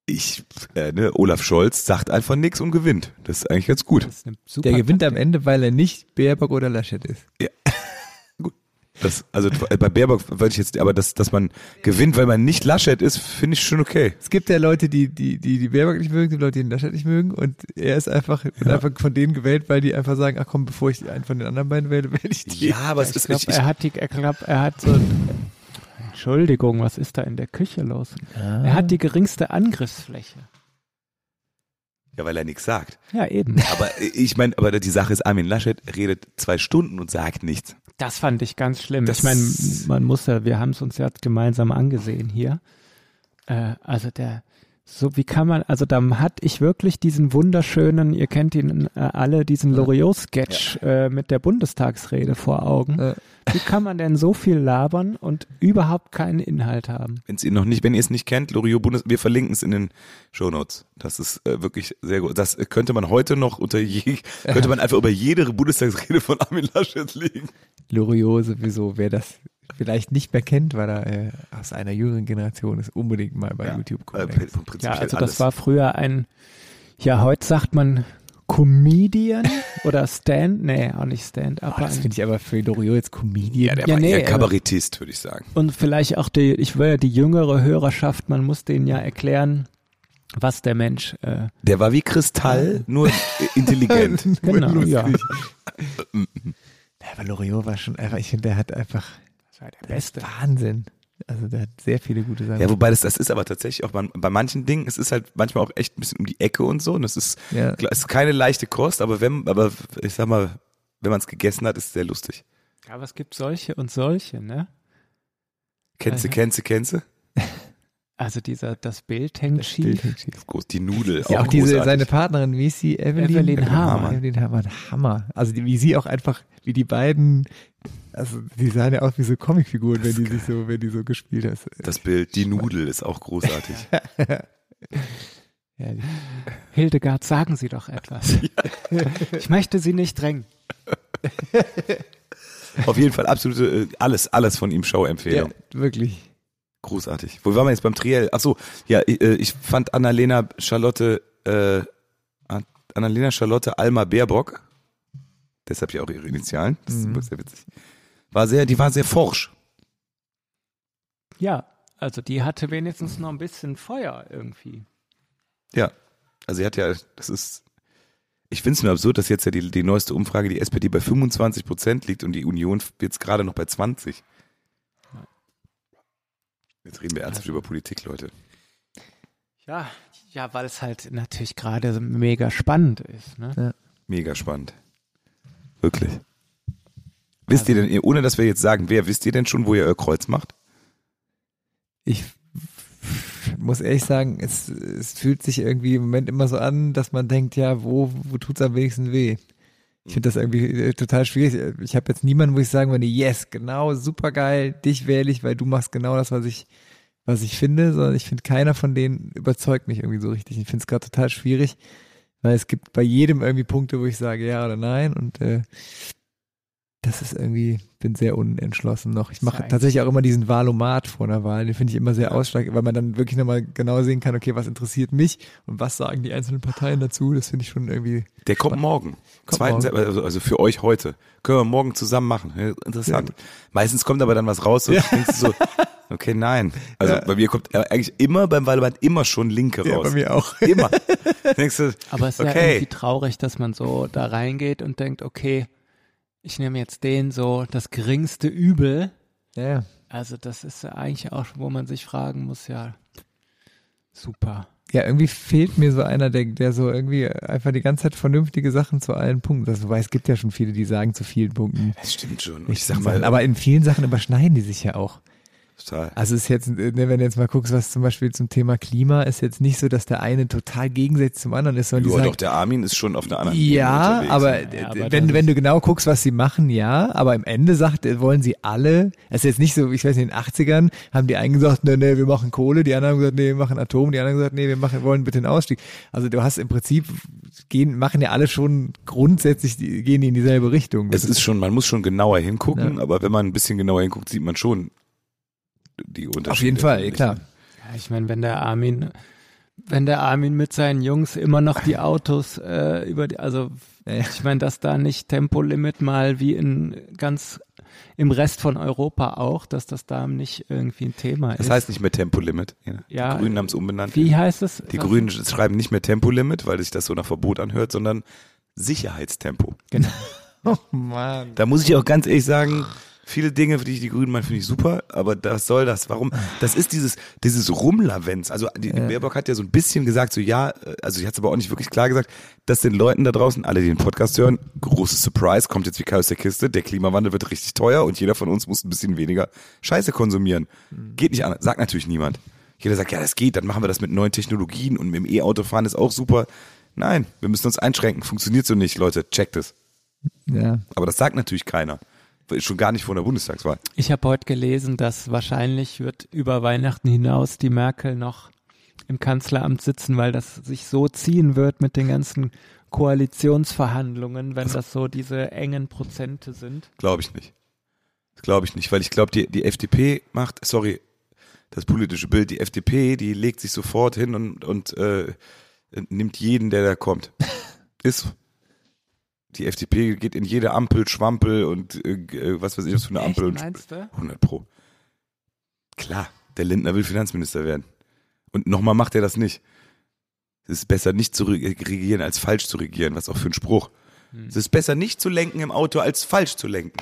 A: ich, äh, ne, Olaf Scholz sagt einfach nichts und gewinnt. Das ist eigentlich ganz gut.
D: das ist eine super
B: Der gewinnt am Ende, weil er nicht Baerbock oder Laschet ist.
A: Das, also äh, bei Baerbock würde ich jetzt, aber dass, dass man gewinnt, weil man nicht Laschet ist, finde ich schon okay.
B: Es gibt ja Leute, die die, die, die Baerbock nicht mögen, die Leute, die den Laschet nicht mögen und er ist einfach, wird einfach von denen gewählt, weil die einfach sagen, ach komm, bevor ich einen von den anderen beiden wähle, wähle ich die.
A: aber es
D: Ich glaube, er hat die, er glaub, er hat so, Entschuldigung, was ist da in der Küche los? Er hat die geringste Angriffsfläche.
A: ja, weil er nichts sagt.
D: Ja, eben.
A: Aber äh, ich meine, aber die Sache ist, Armin Laschet redet zwei Stunden und sagt nichts.
D: Das fand ich ganz schlimm.
A: Das-
D: ich meine, man muss ja, wir haben es uns ja gemeinsam angesehen hier. Äh, also der, so wie kann man, also da hat ich wirklich diesen wunderschönen, ihr kennt ihn äh, alle, diesen Loriot-Sketch äh, mit der Bundestagsrede vor Augen.
B: Ja.
D: Wie kann man denn so viel labern und überhaupt keinen Inhalt haben?
A: Wenn's ihr noch nicht, wenn ihr es nicht kennt, Loriot Bundes, wir verlinken es in den Shownotes. Das ist äh, wirklich sehr gut. Das äh, könnte man heute noch unter je, könnte man einfach über jede Bundestagsrede von Armin Laschet legen.
B: Loriot sowieso, wer das vielleicht nicht mehr kennt, weil er äh, aus einer jüngeren Generation ist, unbedingt mal bei YouTube gucken.
A: Äh, Im Prinzip
D: Ja, also
A: alles.
D: das war früher ein, ja, heute sagt man Comedian oder Stand, nee, auch nicht Stand,
B: Boah,
D: aber
B: das
D: ein-
B: finde ich aber für Loriot jetzt Comedian.
A: der
D: ja,
A: war
D: nee, äh,
A: eher
D: aber-
A: Kabarettist, würde ich sagen.
D: Und vielleicht auch die, ich will ja die jüngere Hörerschaft, man muss denen ja erklären, was der Mensch, äh,
A: Der war wie Kristall, nur äh, intelligent.
D: genau, ja.
B: Ja, aber Loriot war schon einfach, ich finde, der hat einfach
D: Das war der
B: der ist Wahnsinn. Also der hat sehr viele gute Sachen.
A: Ja, wobei das, das ist aber tatsächlich auch bei, bei manchen Dingen, es ist halt manchmal auch echt ein bisschen um die Ecke und so. Und das ist,
B: Ja.
A: klar, es ist keine leichte Kost, aber wenn, aber ich sag mal, wenn man es gegessen hat, ist es sehr lustig.
D: Aber es gibt solche und solche, ne?
A: Kennst du,
D: Ja.
A: kennst du, kennst du?
D: Also dieser, das Bild hängt schief.
A: Ist Groß, die Nudel.
B: Ja, auch,
A: auch
B: diese,
A: großartig.
B: seine Partnerin, wie ist sie? Evelyn,
D: Evelyn
A: Hamann.
B: Evelyn Hamann, Hammer. Also die, wie sie auch einfach, wie die beiden, also die sahen ja aus wie so Comicfiguren, wenn die sich so, wenn die so gespielt hat.
A: Das Bild, die Nudel ist auch großartig.
B: Herrlich.
D: Hildegard, sagen Sie doch etwas. Ich möchte Sie nicht drängen.
A: Auf jeden Fall absolute, äh, alles, alles von ihm Show-Empfehlung.
B: wirklich.
A: Großartig. Wo waren wir jetzt beim Triell? Ach so, ja, ich, äh, ich fand Annalena Charlotte, äh, An- Annalena Charlotte Alma Baerbock, deshalb ja auch ihre Initialen, das
B: Mhm.
A: ist sehr witzig, war sehr, die war sehr forsch.
D: Ja, also die hatte wenigstens noch ein bisschen Feuer irgendwie.
A: Ja, also sie hat ja, das ist, ich finde es nur absurd, dass jetzt ja die, die neueste Umfrage, die SPD bei 25 Prozent liegt und die Union jetzt gerade noch bei 20. Jetzt reden wir ernsthaft über Politik, Leute.
D: Ja, ja, weil es halt natürlich gerade mega spannend ist, ne?
A: Mega spannend. Wirklich. Wisst ihr denn, ihr- ohne dass wir jetzt sagen, wer, wisst ihr denn schon, wo ihr euer Kreuz macht?
B: Ich muss ehrlich sagen, es, es fühlt sich irgendwie im Moment immer so an, dass man denkt, ja, wo, wo tut's am wenigsten weh? Ich finde das irgendwie äh, total schwierig. Ich habe jetzt niemanden, wo ich sagen würde, yes, genau, super geil, dich wähle ich, weil du machst genau das, was ich, was ich finde, sondern ich finde, keiner von denen überzeugt mich irgendwie so richtig. Ich finde es gerade total schwierig, weil es gibt bei jedem irgendwie Punkte, wo ich sage ja oder nein und äh, das ist irgendwie, bin sehr unentschlossen noch. Ich mache
D: Zeig.
B: tatsächlich auch immer diesen Wahlomat vor einer Wahl, den finde ich immer sehr ausschlaggebend, weil man dann wirklich nochmal genau sehen kann, okay, was interessiert mich und was sagen die einzelnen Parteien dazu, das finde ich schon irgendwie
A: Der kommt morgen.
B: Kommt
A: Zweiten,
B: morgen.
A: Also, also für euch heute. Können wir morgen zusammen machen. Ja, Interessant. Meistens kommt aber dann was raus und du denkst so, okay, nein. Also bei mir kommt äh, eigentlich immer beim Wahlband immer schon Linke
B: Ja,
A: raus.
B: bei mir auch.
A: Immer. denkst du,
D: Aber es ist ja irgendwie
A: okay.
D: traurig, dass man so da reingeht und denkt, okay, ich nehme jetzt den so das geringste Übel.
B: Ja, ja.
D: Also das ist ja eigentlich auch, wo man sich fragen muss, ja, Super.
B: Ja, irgendwie fehlt mir so einer, der, der so irgendwie einfach die ganze Zeit vernünftige Sachen zu allen Punkten. Also, wobei es gibt ja schon viele, die sagen zu vielen Punkten.
A: Das stimmt schon. Ich
B: nichts
A: sag
B: zu
A: mal,
B: sagen. aber in vielen Sachen überschneiden die sich ja auch.
A: total.
B: Also ist jetzt, ne, wenn du jetzt mal guckst, was zum Beispiel zum Thema Klima ist jetzt nicht so, dass der eine total Gegensatz zum anderen ist, sondern
A: Ja,
B: die
A: doch,
B: sagen,
A: der Armin ist schon auf einer anderen Ebene
B: ja,
A: unterwegs.
B: aber,
D: Ja,
B: äh,
D: aber
B: wenn,
D: das
B: wenn
D: ist-
B: du genau guckst, was sie machen, ja, aber im Ende sagt, äh, wollen sie alle, das ist jetzt nicht so, ich weiß nicht, in den 80ern haben die einen gesagt, nee, nee, wir machen Kohle, die anderen haben gesagt, nee, wir machen Atom, die anderen haben gesagt, nee, wir machen, wollen bitte einen Ausstieg. Also du hast im Prinzip, gehen, machen ja alle schon grundsätzlich, die, gehen die in dieselbe Richtung.
A: Es ist schon, man muss schon genauer hingucken,
B: Ja.
A: aber wenn man ein bisschen genauer hinguckt, sieht man schon die Unterschiede.
B: auf jeden Fall,
A: finde ich.
B: klar.
D: Ja, ich meine, wenn der Armin, wenn der Armin mit seinen Jungs immer noch die Autos äh, über die, also
B: Ja.
D: ich meine, dass da nicht Tempolimit mal wie in ganz im Rest von Europa auch, dass das da nicht irgendwie ein Thema
A: Das
D: ist.
A: heißt nicht mehr Tempolimit. Ja.
D: Ja.
A: die Grünen haben es umbenannt.
D: wie heißt es?
A: die
D: Was-
A: Grünen schreiben nicht mehr Tempolimit, weil sich das so nach Verbot anhört, sondern Sicherheitstempo.
B: Oh Mann.
A: Da muss ich auch ganz ehrlich sagen, viele Dinge, für die ich die Grünen meine, finde ich super, aber das soll das. Warum? Das ist dieses, dieses Rumlavenz. Also die, die Baerbock hat ja so ein bisschen gesagt, so ja, äh, also ich hat es aber auch nicht wirklich klar gesagt, dass den Leuten da draußen, alle, die den Podcast hören, großes Surprise, kommt jetzt wie Chaos der Kiste, der Klimawandel wird richtig teuer und jeder von uns muss ein bisschen weniger Scheiße konsumieren. Geht nicht an, sagt natürlich niemand. Jeder sagt, ja, das geht, dann machen wir das mit neuen Technologien und mit dem E-Auto fahren ist auch super. Nein, wir müssen uns einschränken. Funktioniert so nicht, Leute. Checkt es.
B: Ja.
A: Aber das sagt natürlich keiner. Schon gar nicht vor der Bundestagswahl.
D: Ich habe heute gelesen, dass wahrscheinlich wird über Weihnachten hinaus die Merkel noch im Kanzleramt sitzen, weil das sich so ziehen wird mit den ganzen Koalitionsverhandlungen, wenn
A: Also
D: das so diese engen Prozente sind.
A: Glaube ich nicht. Das glaube ich nicht, weil ich glaube, die, die FDP macht, sorry, das politische Bild, die FDP, die legt sich sofort hin und, und äh, nimmt jeden, der da kommt. Ist so. Die FDP geht in jede Ampel, Schwampel und äh, äh, was weiß ich, was für eine Ampel. und
D: meinst du?
A: 100 Pro. Klar, der Lindner will Finanzminister werden. Und nochmal macht er das nicht. Es ist besser, nicht zu re- regieren, als falsch zu regieren. Was auch für ein Spruch. Es ist besser, nicht zu lenken im Auto, als falsch zu lenken.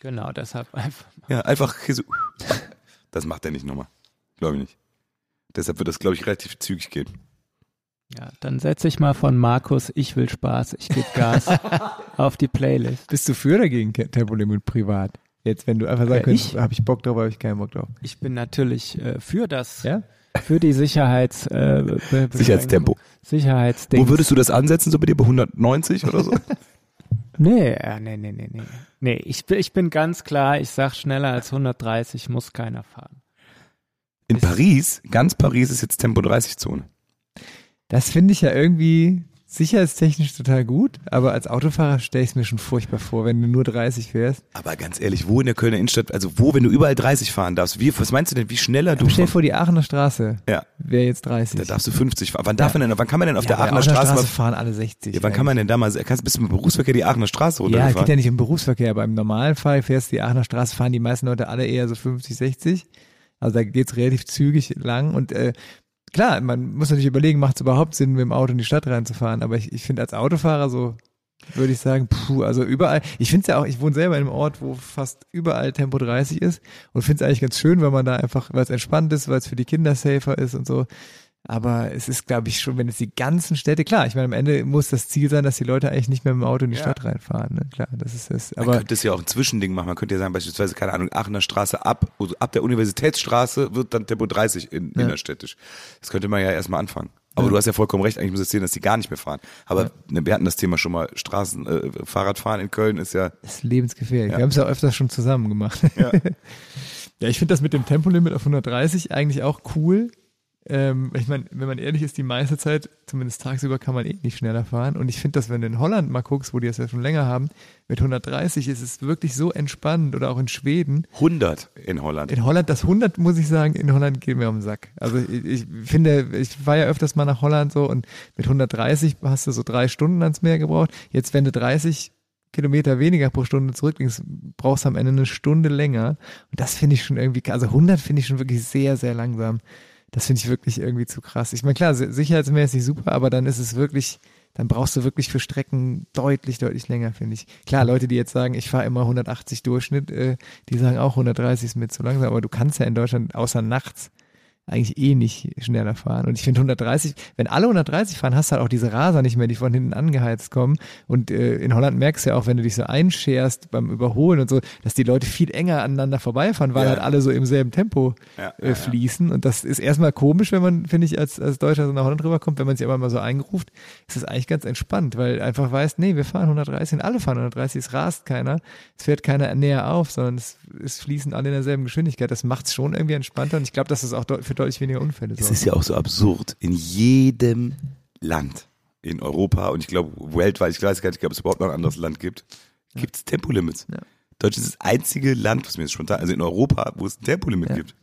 D: Genau, deshalb einfach.
A: Ja, einfach hier so. Das macht er nicht nochmal. Glaube ich nicht. Deshalb wird das, glaube ich, relativ zügig gehen.
D: Ja, dann setze ich mal von Markus, ich will Spaß, ich gebe Gas auf die Playlist.
B: Bist du für oder gegen Ke- Tempolimit privat? Jetzt, wenn du einfach sagen
D: Wer,
B: könntest,
D: Äh, ich?
B: habe ich Bock drauf, habe ich keinen Bock drauf.
D: Ich bin natürlich äh, für das,
B: Ja?
D: für die Sicherheits, äh, Be-
A: Sicherheitstempo.
D: Sicherheitsding.
A: Wo würdest du das ansetzen? So bei dir bei 190 oder so?
D: Nee, äh, nee, nee, nee, nee. Nee, ich, bin- ich bin ganz klar, ich sag schneller als 130 muss keiner fahren.
A: In
D: Ist-
A: Paris, ganz Paris ist jetzt Tempo 30 Zone.
B: Das finde ich ja irgendwie sicherheitstechnisch total gut, aber als Autofahrer stelle ich es mir schon furchtbar vor, wenn du nur 30 fährst.
A: Aber ganz ehrlich, wo in der Kölner Innenstadt, also wo, wenn du überall 30 fahren darfst, wie, was meinst du denn, wie schneller du
B: Du stell dir vor, die Aachener Straße
A: Ja,
B: wäre jetzt
A: da
B: 30.
A: darfst du 50 fahren. Wann darf
B: Ja.
A: man denn, wann kann man denn auf
B: Ja,
A: der
B: aber
A: Aachener Straße, mal,
B: fahren alle 60.
A: ja, wann kann man denn da mal, äh, kannst du bis zum Berufsverkehr die Aachener Straße
B: ja, es geht
A: runterfahren?
B: ja nicht im Berufsverkehr, aber im normalen Fall fährst du die Aachener Straße, fahren die meisten Leute alle eher so 50, 60. Also da geht's relativ zügig lang und äh, klar, man muss natürlich überlegen, macht es überhaupt Sinn, mit dem Auto in die Stadt reinzufahren, aber ich, ich finde als Autofahrer so, würde ich sagen, puh, also überall, ich finde es ja auch, ich wohne selber in einem Ort, wo fast überall Tempo 30 ist und finde es eigentlich ganz schön, weil man da einfach, weil es entspannt ist, weil es für die Kinder safer ist und so. Aber es ist, glaube ich, schon, wenn es die ganzen Städte, klar, ich meine, am Ende muss das Ziel sein, dass die Leute eigentlich nicht mehr mit dem Auto in die
A: Ja.
B: Stadt reinfahren. Ne? Klar, das ist es.
A: Man
B: Aber
A: könnte es ja auch ein Zwischending machen. Man könnte ja sagen, beispielsweise, keine Ahnung, Aachener Straße ab, also ab der Universitätsstraße wird dann Tempo 30 in,
B: Ja.
A: innerstädtisch. Das könnte man ja erstmal anfangen. Aber du hast ja vollkommen recht, eigentlich muss es sehen, dass die gar nicht mehr fahren. Aber ne, wir hatten das Thema schon mal, Straßen, äh, Fahrradfahren in Köln ist ja,
B: es ist lebensgefährlich.
A: Ja.
B: Wir haben es ja öfters schon zusammen gemacht. Ja, ich finde das mit dem Tempolimit auf 130 eigentlich auch cool. Ähm, ich meine, wenn man ehrlich ist, die meiste Zeit, zumindest tagsüber, kann man eh nicht schneller fahren. Und ich finde, dass wenn du in Holland mal guckst, wo die das ja schon länger haben, mit 130 ist es wirklich so entspannend oder auch in Schweden.
A: 100 in Holland.
B: In Holland, das 100 muss ich sagen, in Holland geht mir um den Sack. Also ich, ich finde, ich war ja öfters mal nach Holland so und mit 130 hast du so drei Stunden ans Meer gebraucht. Jetzt, wenn du 30 Kilometer weniger pro Stunde zurückliegst, brauchst du am Ende eine Stunde länger. Und das finde ich schon irgendwie, also 100 finde ich schon wirklich sehr, sehr langsam. Das finde ich wirklich irgendwie zu krass. Ich meine, klar, si- sicherheitsmäßig super, aber dann ist es wirklich, dann brauchst du wirklich für Strecken deutlich, deutlich länger, finde ich. Klar, Leute, die jetzt sagen, ich fahre immer 180 Durchschnitt, äh, die sagen auch 130 ist mir zu langsam, aber du kannst ja in Deutschland außer nachts eigentlich eh nicht schneller fahren. Und ich finde 130, wenn alle 130 fahren, hast du halt auch diese Raser nicht mehr, die von hinten angeheizt kommen. Und äh, in Holland merkst du ja auch, wenn du dich so einscherst beim Überholen und so, dass die Leute viel enger aneinander vorbeifahren, weil
A: Ja.
B: halt alle so im selben Tempo
A: Ja,
B: äh,
A: ja, ja.
B: fließen. Und das ist erstmal komisch, wenn man, finde ich, als, als Deutscher so nach Holland rüberkommt, wenn man sich aber mal so eingeruft, ist es eigentlich ganz entspannt, weil einfach weißt, nee, wir fahren 130 und alle fahren 130, es rast keiner, es fährt keiner näher auf, sondern es, es fließen alle in derselben Geschwindigkeit. Das macht es schon irgendwie entspannter und ich glaube, dass das auch deut- für deutlich weniger Unfälle
A: Es
B: sorgt.
A: ist ja auch so absurd. In jedem Land in Europa und ich glaube weltweit, ich weiß gar nicht, ob es überhaupt noch ein anderes Land gibt, gibt es Tempolimits.
B: Ja.
A: Deutschland ist das einzige Land, was mir jetzt spontan, also in Europa, wo es ein Tempolimit
B: Ja.
A: gibt.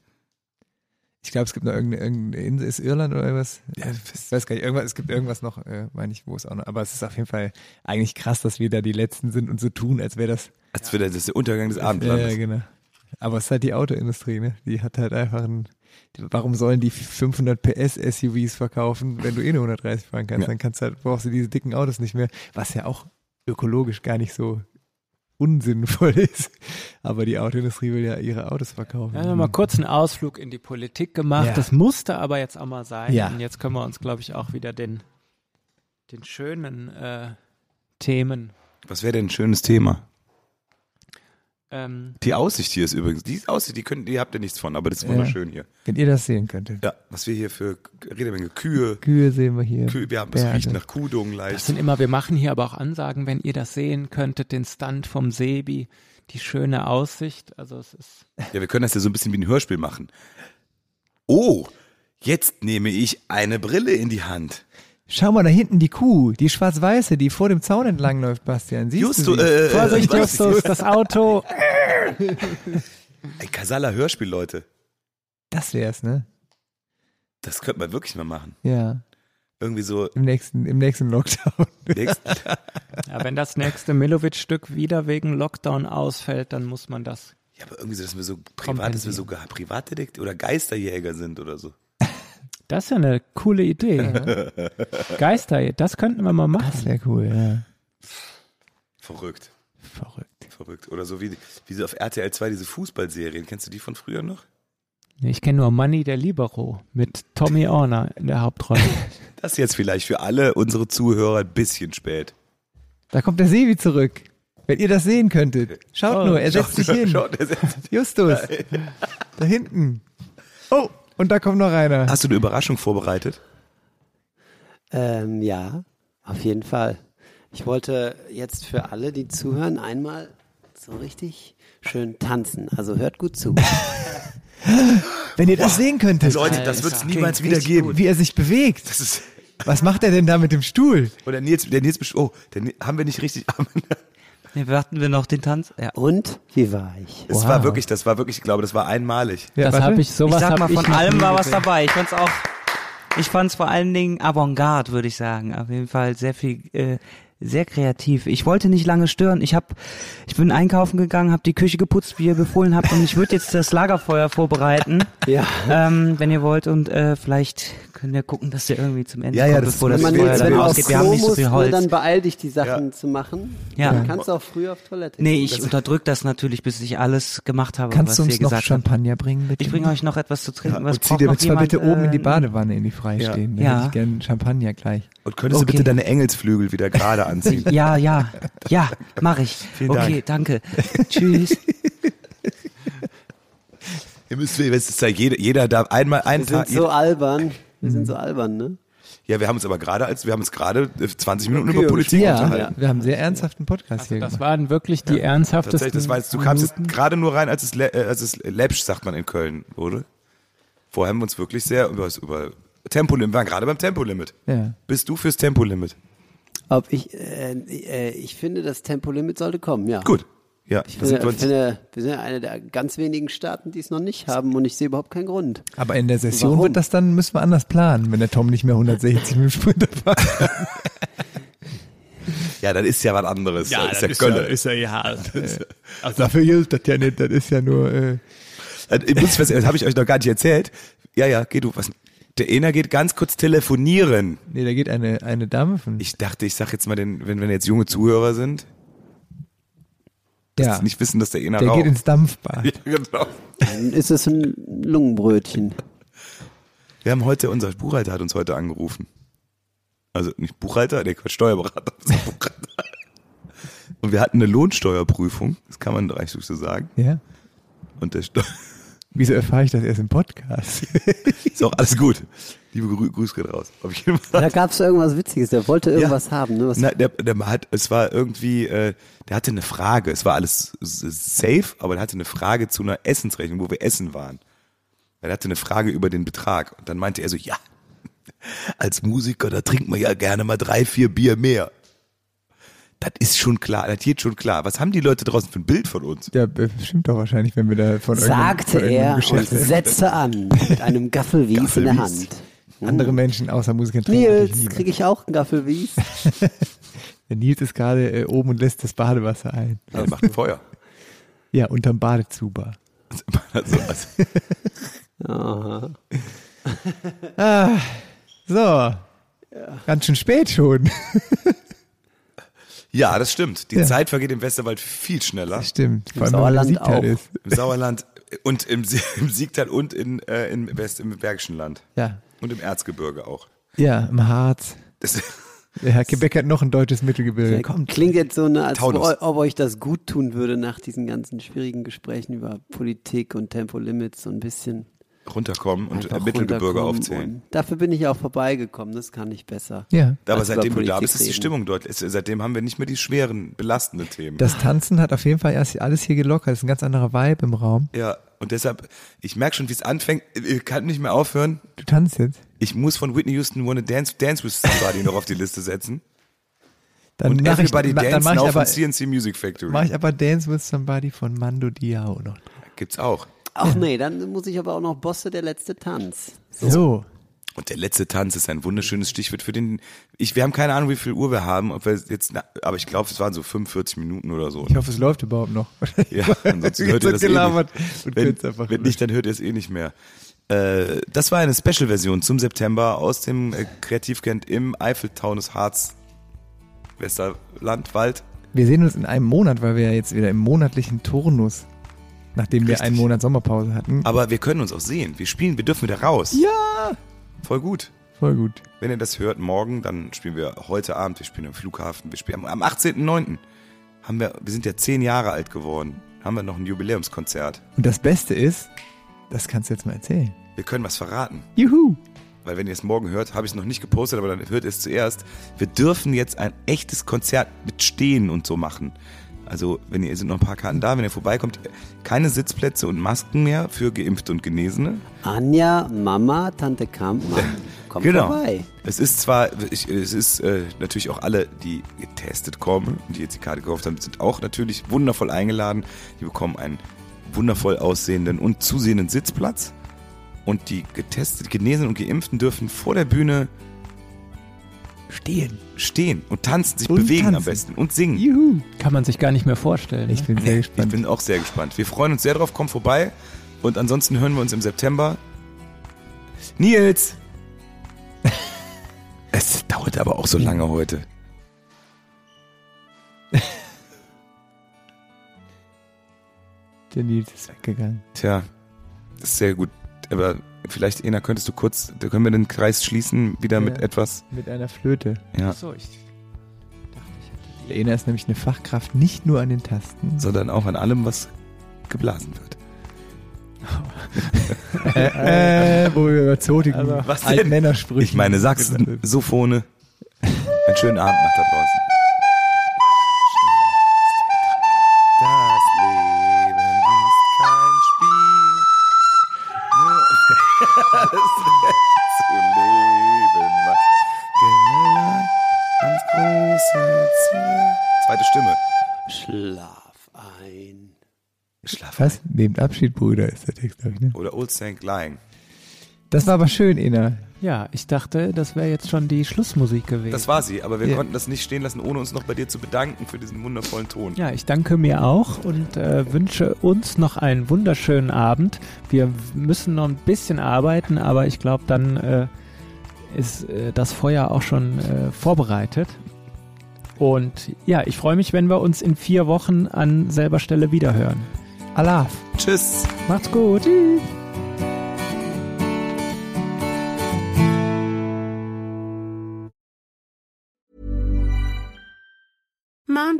B: Ich glaube, es gibt noch irgendeine, irgendeine Insel, ist Irland oder irgendwas? Ja, ich weiß gar nicht, irgendwas, es gibt irgendwas noch, äh, meine ich, wo es auch noch, aber es ist auf jeden Fall eigentlich krass, dass wir da die Letzten sind und so tun, als wäre das
A: Als wäre das der Untergang des
B: Ja,
A: Abendlandes.
B: ja, genau. Aber es ist halt die Autoindustrie, ne? Die hat halt einfach ein. Warum sollen die 500 PS SUVs verkaufen, wenn du eh nur 130 fahren kannst?
A: Ja.
B: Dann kannst du halt, brauchst du diese dicken Autos nicht mehr, was ja auch ökologisch gar nicht so unsinnvoll ist. Aber die Autoindustrie will ja ihre Autos verkaufen.
D: Ja, mal kurz einen Ausflug in die Politik gemacht.
B: Ja.
D: Das musste aber jetzt auch mal sein.
B: Ja.
D: Und jetzt können wir uns, glaube ich, auch wieder den, den schönen äh, Themen.
A: Was wäre denn ein schönes Thema?
D: Ähm,
A: Die Aussicht hier ist übrigens, die Aussicht, die, könnt, die habt ihr nichts von, aber das ist
B: Ja.
A: wunderschön hier.
B: Wenn ihr das sehen könntet.
A: Ja, was wir hier für Redemenge, Kühe,
B: Kühe sehen wir hier.
A: Kühe, wir haben, es
B: Berge.
A: riecht nach Kuhdung
D: das
A: leicht.
D: sind immer, wir machen hier aber auch Ansagen, wenn ihr das sehen könntet, den Stunt vom Sebi, die schöne Aussicht. Also es ist.
A: Ja, wir können das ja so ein bisschen wie ein Hörspiel machen. Oh, jetzt nehme ich eine Brille in die Hand.
B: Schau mal da hinten die Kuh, die schwarz-weiße, die vor dem Zaun entlang läuft, Bastian. Siehst
A: Justo,
B: du sie?
A: äh,
D: Vorsicht,
A: was?
D: Justus, das Auto.
A: Ein Kasala Hörspiel, Leute.
B: Das wär's, ne?
A: Das könnte man wirklich mal machen.
B: Ja.
A: Irgendwie so
B: Im nächsten, im nächsten Lockdown.
A: nächst,
D: Ja, wenn das nächste Milovic-Stück wieder wegen Lockdown ausfällt, dann muss man das.
A: ja, aber irgendwie so, dass wir so
B: halt
A: privat, dass wir so Ge- Privatdetektiv oder Geisterjäger sind oder so.
D: Das ist ja eine coole Idee. ne? Geister, das könnten wir mal
B: Das
D: machen.
B: wäre cool, ja.
A: Verrückt,
B: Verrückt.
A: verrückt. Oder so wie, wie so auf RTL 2 diese Fußballserien. Kennst du die von früher noch?
D: Ich kenne nur Money der Libero mit Tommy Orner in der Hauptrolle.
A: Das ist jetzt vielleicht für alle unsere Zuhörer ein bisschen spät.
B: Da kommt der Sebi zurück. Wenn ihr das sehen könntet. Oh, Schaut nur, er setzt sich hin.
A: Schaut, der setzt sich-
B: Justus. Da hinten. Oh, und da kommt noch einer.
A: Hast du eine Überraschung vorbereitet?
C: Ähm, ja, auf jeden Fall. Ich wollte jetzt für alle, die zuhören, einmal so richtig schön tanzen. Also hört gut zu.
B: Wenn ihr das sehen könntet.
A: Leute, das wird es
B: Klingt
A: niemals wieder
B: richtig
A: geben.
B: gut. Wie er sich bewegt.
A: Das ist,
B: Was macht er denn da mit dem Stuhl?
A: und der Nils, der Nils, besch- oh, der, Nils- haben wir nicht richtig,
E: Nee, warten wir noch den Tanz? Ja. oh,
C: Und wie war ich?
A: das
B: Wow.
A: war wirklich, das war wirklich, ich glaube, das war einmalig.
B: Ja,
D: das
B: warte.
D: habe ich
E: Ich
D: sowas
E: sag
D: hab
E: mal,
D: ich
E: von
D: noch
E: allem
D: nie
E: war was
D: gesehen.
E: dabei. Ich fand's auch, ich fand's vor allen Dingen Avantgarde, würde ich sagen. Auf jeden Fall sehr viel, äh, sehr kreativ. Ich wollte nicht lange stören. Ich hab, ich bin einkaufen gegangen, habe die Küche geputzt, wie ihr befohlen habt, und ich würde jetzt das Lagerfeuer vorbereiten,
C: Ja.
E: ähm, wenn ihr wollt. Und äh, vielleicht können wir gucken, dass ihr irgendwie zum Ende
A: Ja, ja,
E: kommt,
A: das-
E: bevor
A: wenn
E: das
C: Wenn man
A: Feuer
E: Feuer
C: jetzt, wenn
E: dann
C: du
A: aufs
C: aufs
E: ausgeht. Wir
C: Klo
E: haben nicht so
C: musst,
E: viel
C: ne,
E: Holz.
C: dann beeil dich, die Sachen
A: Ja.
C: zu machen.
E: Ja.
C: Dann kannst du auch früh auf Toilette
E: Nee, ich unterdrück das natürlich, bis ich alles gemacht habe,
B: Kannst
E: was
B: du
E: ihr
B: uns noch
E: gesagt habt.
B: Champagner bringen, bitte?
E: Ich bringe euch noch etwas zu trinken. was
B: und zieh
E: braucht
B: dir
E: noch
B: jetzt mal
E: jemand?
B: bitte oben in die
E: Äh,
B: Badewanne, in die freistehende.
E: Ja.
B: Hätte ich gern Champagner gleich.
A: Und könntest
E: Okay.
A: du bitte deine Engelsflügel wieder gerade anziehen?
E: Ja, ja, ja, mache ich.
A: Vielen
E: okay, danke. Tschüss.
A: Ihr müsst, es ist ja jeder, jeder darf einmal einen
C: Wir sind
A: Tag.
C: so albern. Wir
E: Mhm.
C: sind so albern, ne?
A: ja, wir haben uns aber gerade als, wir haben uns gerade äh, 20 Minuten über
C: Kühe
A: Politik
B: Ja,
A: unterhalten.
B: wir haben einen sehr ernsthaften Podcast hier
D: Das
B: gemacht.
D: waren wirklich die ernsthaftesten.
A: Tatsächlich, das war jetzt, du kamst jetzt gerade nur rein, als es, lä- äh, als es läppsch, sagt man in Köln, wurde. Vorher haben wir uns wirklich sehr über, das- über Tempolimit, wir waren gerade beim Tempolimit.
B: Ja.
A: Bist du fürs Tempolimit?
C: Ob ich, äh, äh, ich finde, das Tempolimit sollte kommen, ja.
A: Gut. Ja,
C: Ich
A: da sind
C: finde,
A: wir
C: ich
A: uns-
C: finde, wir sind ja einer der ganz wenigen Staaten, die es noch nicht haben und ich sehe überhaupt keinen Grund.
B: Aber in der Session
C: Warum?
B: wird das dann, müssen wir anders planen, wenn der Tom nicht mehr 160 mit dem Sprinter fährt.
A: Ja, dann ist ja was anderes. Ja, ist ja Gölle.
F: ist ja, ja.
B: Also dafür gilt das ja nicht, das ist ja nur, äh,
A: Also, ich muss was, das habe ich euch noch gar nicht erzählt. Ja, ja, geh du. Was, der Ena geht ganz kurz telefonieren.
B: nee, da geht eine, eine Dame von.
A: Ich dachte, ich sag jetzt mal, den, wenn, wenn jetzt junge Zuhörer sind, dass
B: ja,
A: die nicht wissen, dass der Ena
B: der
A: raucht.
B: geht ins Dampfbad.
A: ja, genau.
C: Dann ist es ein Lungenbrötchen.
A: Wir haben heute, unser Buchhalter hat uns heute angerufen. Also nicht Buchhalter, der Quatsch, Steuerberater. unser Buchhalter. Und wir hatten eine Lohnsteuerprüfung, das kann man eigentlich so sagen.
B: Ja.
A: Und der Steuer
B: Wieso erfahre ich das erst im Podcast?
A: ist auch alles gut. Liebe Grü Grüße geht raus. Auf jeden Fall.
C: Da gab es irgendwas Witziges, der wollte irgendwas haben. Ne? Was,
A: Na, der, der hat, es war irgendwie, äh, der hatte eine Frage. Es war alles s- safe, aber der hatte eine Frage zu einer Essensrechnung, wo wir essen waren. Er hatte eine Frage über den Betrag. Und dann meinte er so, ja, als Musiker, da trinkt man ja gerne mal drei, vier Bier mehr. Das ist schon klar, das geht schon klar. Was haben die Leute draußen für ein Bild von uns?
B: ja, äh, stimmt doch wahrscheinlich, wenn wir da von irgendeinem-
C: sagte
B: von irgendeinem
C: er und
B: Geschäft
C: setzte an mit einem Gaffelwies in der
A: Gaffelwies.
C: Hand. Hm.
B: andere Menschen außer Musiker trinken. natürlich
C: Nils,
B: niemand.
C: kriege ich auch einen Gaffelwies?
B: Der Nils ist gerade äh, oben und lässt das Badewasser ein.
A: Ja, der macht ein Feuer.
B: Ja, unterm Badezuber.
A: Also, also,
C: Aha.
B: So. Ganz schön spät schon.
A: ja, das stimmt. Die
B: Ja.
A: Zeit vergeht im Westerwald viel schneller.
B: Das stimmt. Vor allem,
C: Sauerland
B: wenn man im Siegtal
C: auch.
B: ist.
A: Im Sauerland und im, Sie- im Siegtal und in, äh, in West, im Bergischen Land.
B: Ja.
A: Und im Erzgebirge auch.
B: Ja, im Harz.
A: Das,
B: Der Herr Quebec hat noch ein deutsches Mittelgebirge. Komm,
C: Klingt jetzt so, ne, als
A: Taunus.
C: ob, ob euch das gut tun würde nach diesen ganzen schwierigen Gesprächen über Politik und Tempolimits so ein bisschen.
A: runterkommen und
C: einfach
A: Mittelgebirge
C: runterkommen
A: aufzählen.
C: und- Dafür bin ich auch vorbeigekommen, das kann ich besser.
B: Ja.
A: Aber
C: als über
A: seitdem du da
C: Politik
A: bist, ist die
C: reden.
A: Stimmung deutlich. ist- Seitdem haben wir nicht mehr die schweren, belastenden Themen.
B: Das Tanzen hat auf jeden Fall erst alles hier gelockert. Es ist ein ganz anderer Vibe im Raum.
A: ja, und deshalb, ich merke schon, wie es anfängt. Ich kann nicht mehr aufhören.
B: Du tanzt jetzt.
A: Ich muss von Whitney Houston Wanna Dance, Dance with Somebody noch auf die Liste setzen.
B: Dann
A: Und
B: mach ich,
A: Everybody
B: na, dann
A: Dance
B: mach
A: Now
B: ich
A: von
B: aber,
A: CNC Music Factory.
B: mach ich aber Dance with Somebody von Mando Diao noch.
A: Gibt's auch.
C: Ach nee, dann muss ich aber auch noch Bosse, der letzte Tanz.
B: So.
A: Und der letzte Tanz ist ein wunderschönes Stichwort für den. Ich, wir haben keine Ahnung, wie viel Uhr wir haben, ob wir jetzt, na, aber ich glaube, es waren so 45 Minuten oder so.
B: Ich hoffe, es läuft überhaupt noch.
A: Ja, ansonsten hört ihr das eh
B: gelabert
A: nicht.
B: und
A: Wenn,
B: könnt's einfach
A: wenn
B: löschen.
A: nicht, dann hört ihr es eh nicht mehr. Äh, das war eine Special-Version zum September aus dem äh, Kreativkent im Eiffeltaunus Harz Westerlandwald.
B: Wir sehen uns in einem Monat, weil wir ja jetzt wieder im monatlichen Turnus, nachdem wir
A: Richtig. Ah.
B: einen Monat Sommerpause hatten.
A: Aber wir können uns auch sehen. Wir spielen, wir dürfen wieder raus.
B: Ja!
A: Voll gut.
B: Voll gut.
A: Wenn ihr das hört, morgen, dann spielen wir heute Abend, wir spielen am Flughafen, wir spielen am, am 18.09. haben wir, wir sind ja zehn Jahre alt geworden, haben wir noch ein Jubiläumskonzert.
B: Und das Beste ist, das kannst du jetzt mal erzählen.
A: Wir können was verraten.
B: Juhu!
A: weil wenn ihr es morgen hört, habe ich es noch nicht gepostet, aber dann hört ihr es zuerst. Wir dürfen jetzt ein echtes Konzert mit Stehen und so machen. Also, wenn ihr, sind noch ein paar Karten da, wenn ihr vorbeikommt, keine Sitzplätze und Masken mehr für Geimpfte und Genesene.
C: Anja, Mama, Tante Kampmann, komm
A: Genau.
C: vorbei.
A: Es ist zwar, ich, es ist äh, natürlich auch alle, die getestet kommen, die jetzt die Karte gekauft haben, sind auch natürlich wundervoll eingeladen. Die bekommen einen wundervoll aussehenden und zusehenden Sitzplatz. Und die getestet, Genesenen und Geimpften dürfen vor der Bühne
B: Stehen.
A: stehen und tanzen, sich
B: Und
A: bewegen am
B: tanzen.
A: besten und singen.
B: Juhu!
D: Kann man sich gar nicht mehr vorstellen.
B: Ich
D: ne?
B: bin sehr
A: Ich
B: gespannt.
A: bin auch sehr gespannt. Wir freuen uns sehr drauf, kommt vorbei. Und ansonsten hören wir uns im September. Nils! es dauert aber auch so lange heute.
B: Der Nils ist weggegangen.
A: Tja, das ist sehr gut. Aber vielleicht, Ena, könntest du kurz, da können wir den Kreis schließen wieder mit
B: Ja.
A: etwas.
B: Mit einer Flöte.
A: Ja.
D: Achso, ich dachte, ich hätte die-
B: Lena ist nämlich eine Fachkraft nicht nur an den Tasten,
A: Sondern auch an allem, was geblasen wird.
B: äh, wo wir über zotigen
D: Also,
A: was denn?
B: alten Männer sprechen.
A: Ich meine, Sachsen, Sophone. Einen schönen Abend nach da draußen. Das Leben ist kein Spiel. Nur alles recht zu leben macht. Gehört ans große Ziel. Zweite Stimme.
C: Schlaf ein.
A: Schlaf.
B: Was? Nehmt Abschied, Bruder, ist der Text, glaube ich, ne?
A: Oder Old St. Lying.
B: Das war aber schön, Ena.
D: Ja, ich dachte, das wäre jetzt schon die Schlussmusik gewesen.
A: Das war sie, aber wir
B: Ja.
A: konnten das nicht stehen lassen, ohne uns noch bei dir zu bedanken für diesen wundervollen Ton.
D: ja, ich danke mir auch und äh, wünsche uns noch einen wunderschönen Abend. Wir w- müssen noch ein bisschen arbeiten, aber ich glaube, dann äh, ist äh, das Feuer auch schon äh, vorbereitet. Und ja, ich freue mich, wenn wir uns in vier Wochen an selber Stelle wiederhören. Allah,
A: Tschüss.
D: macht's gut. Tschüss.
F: Mom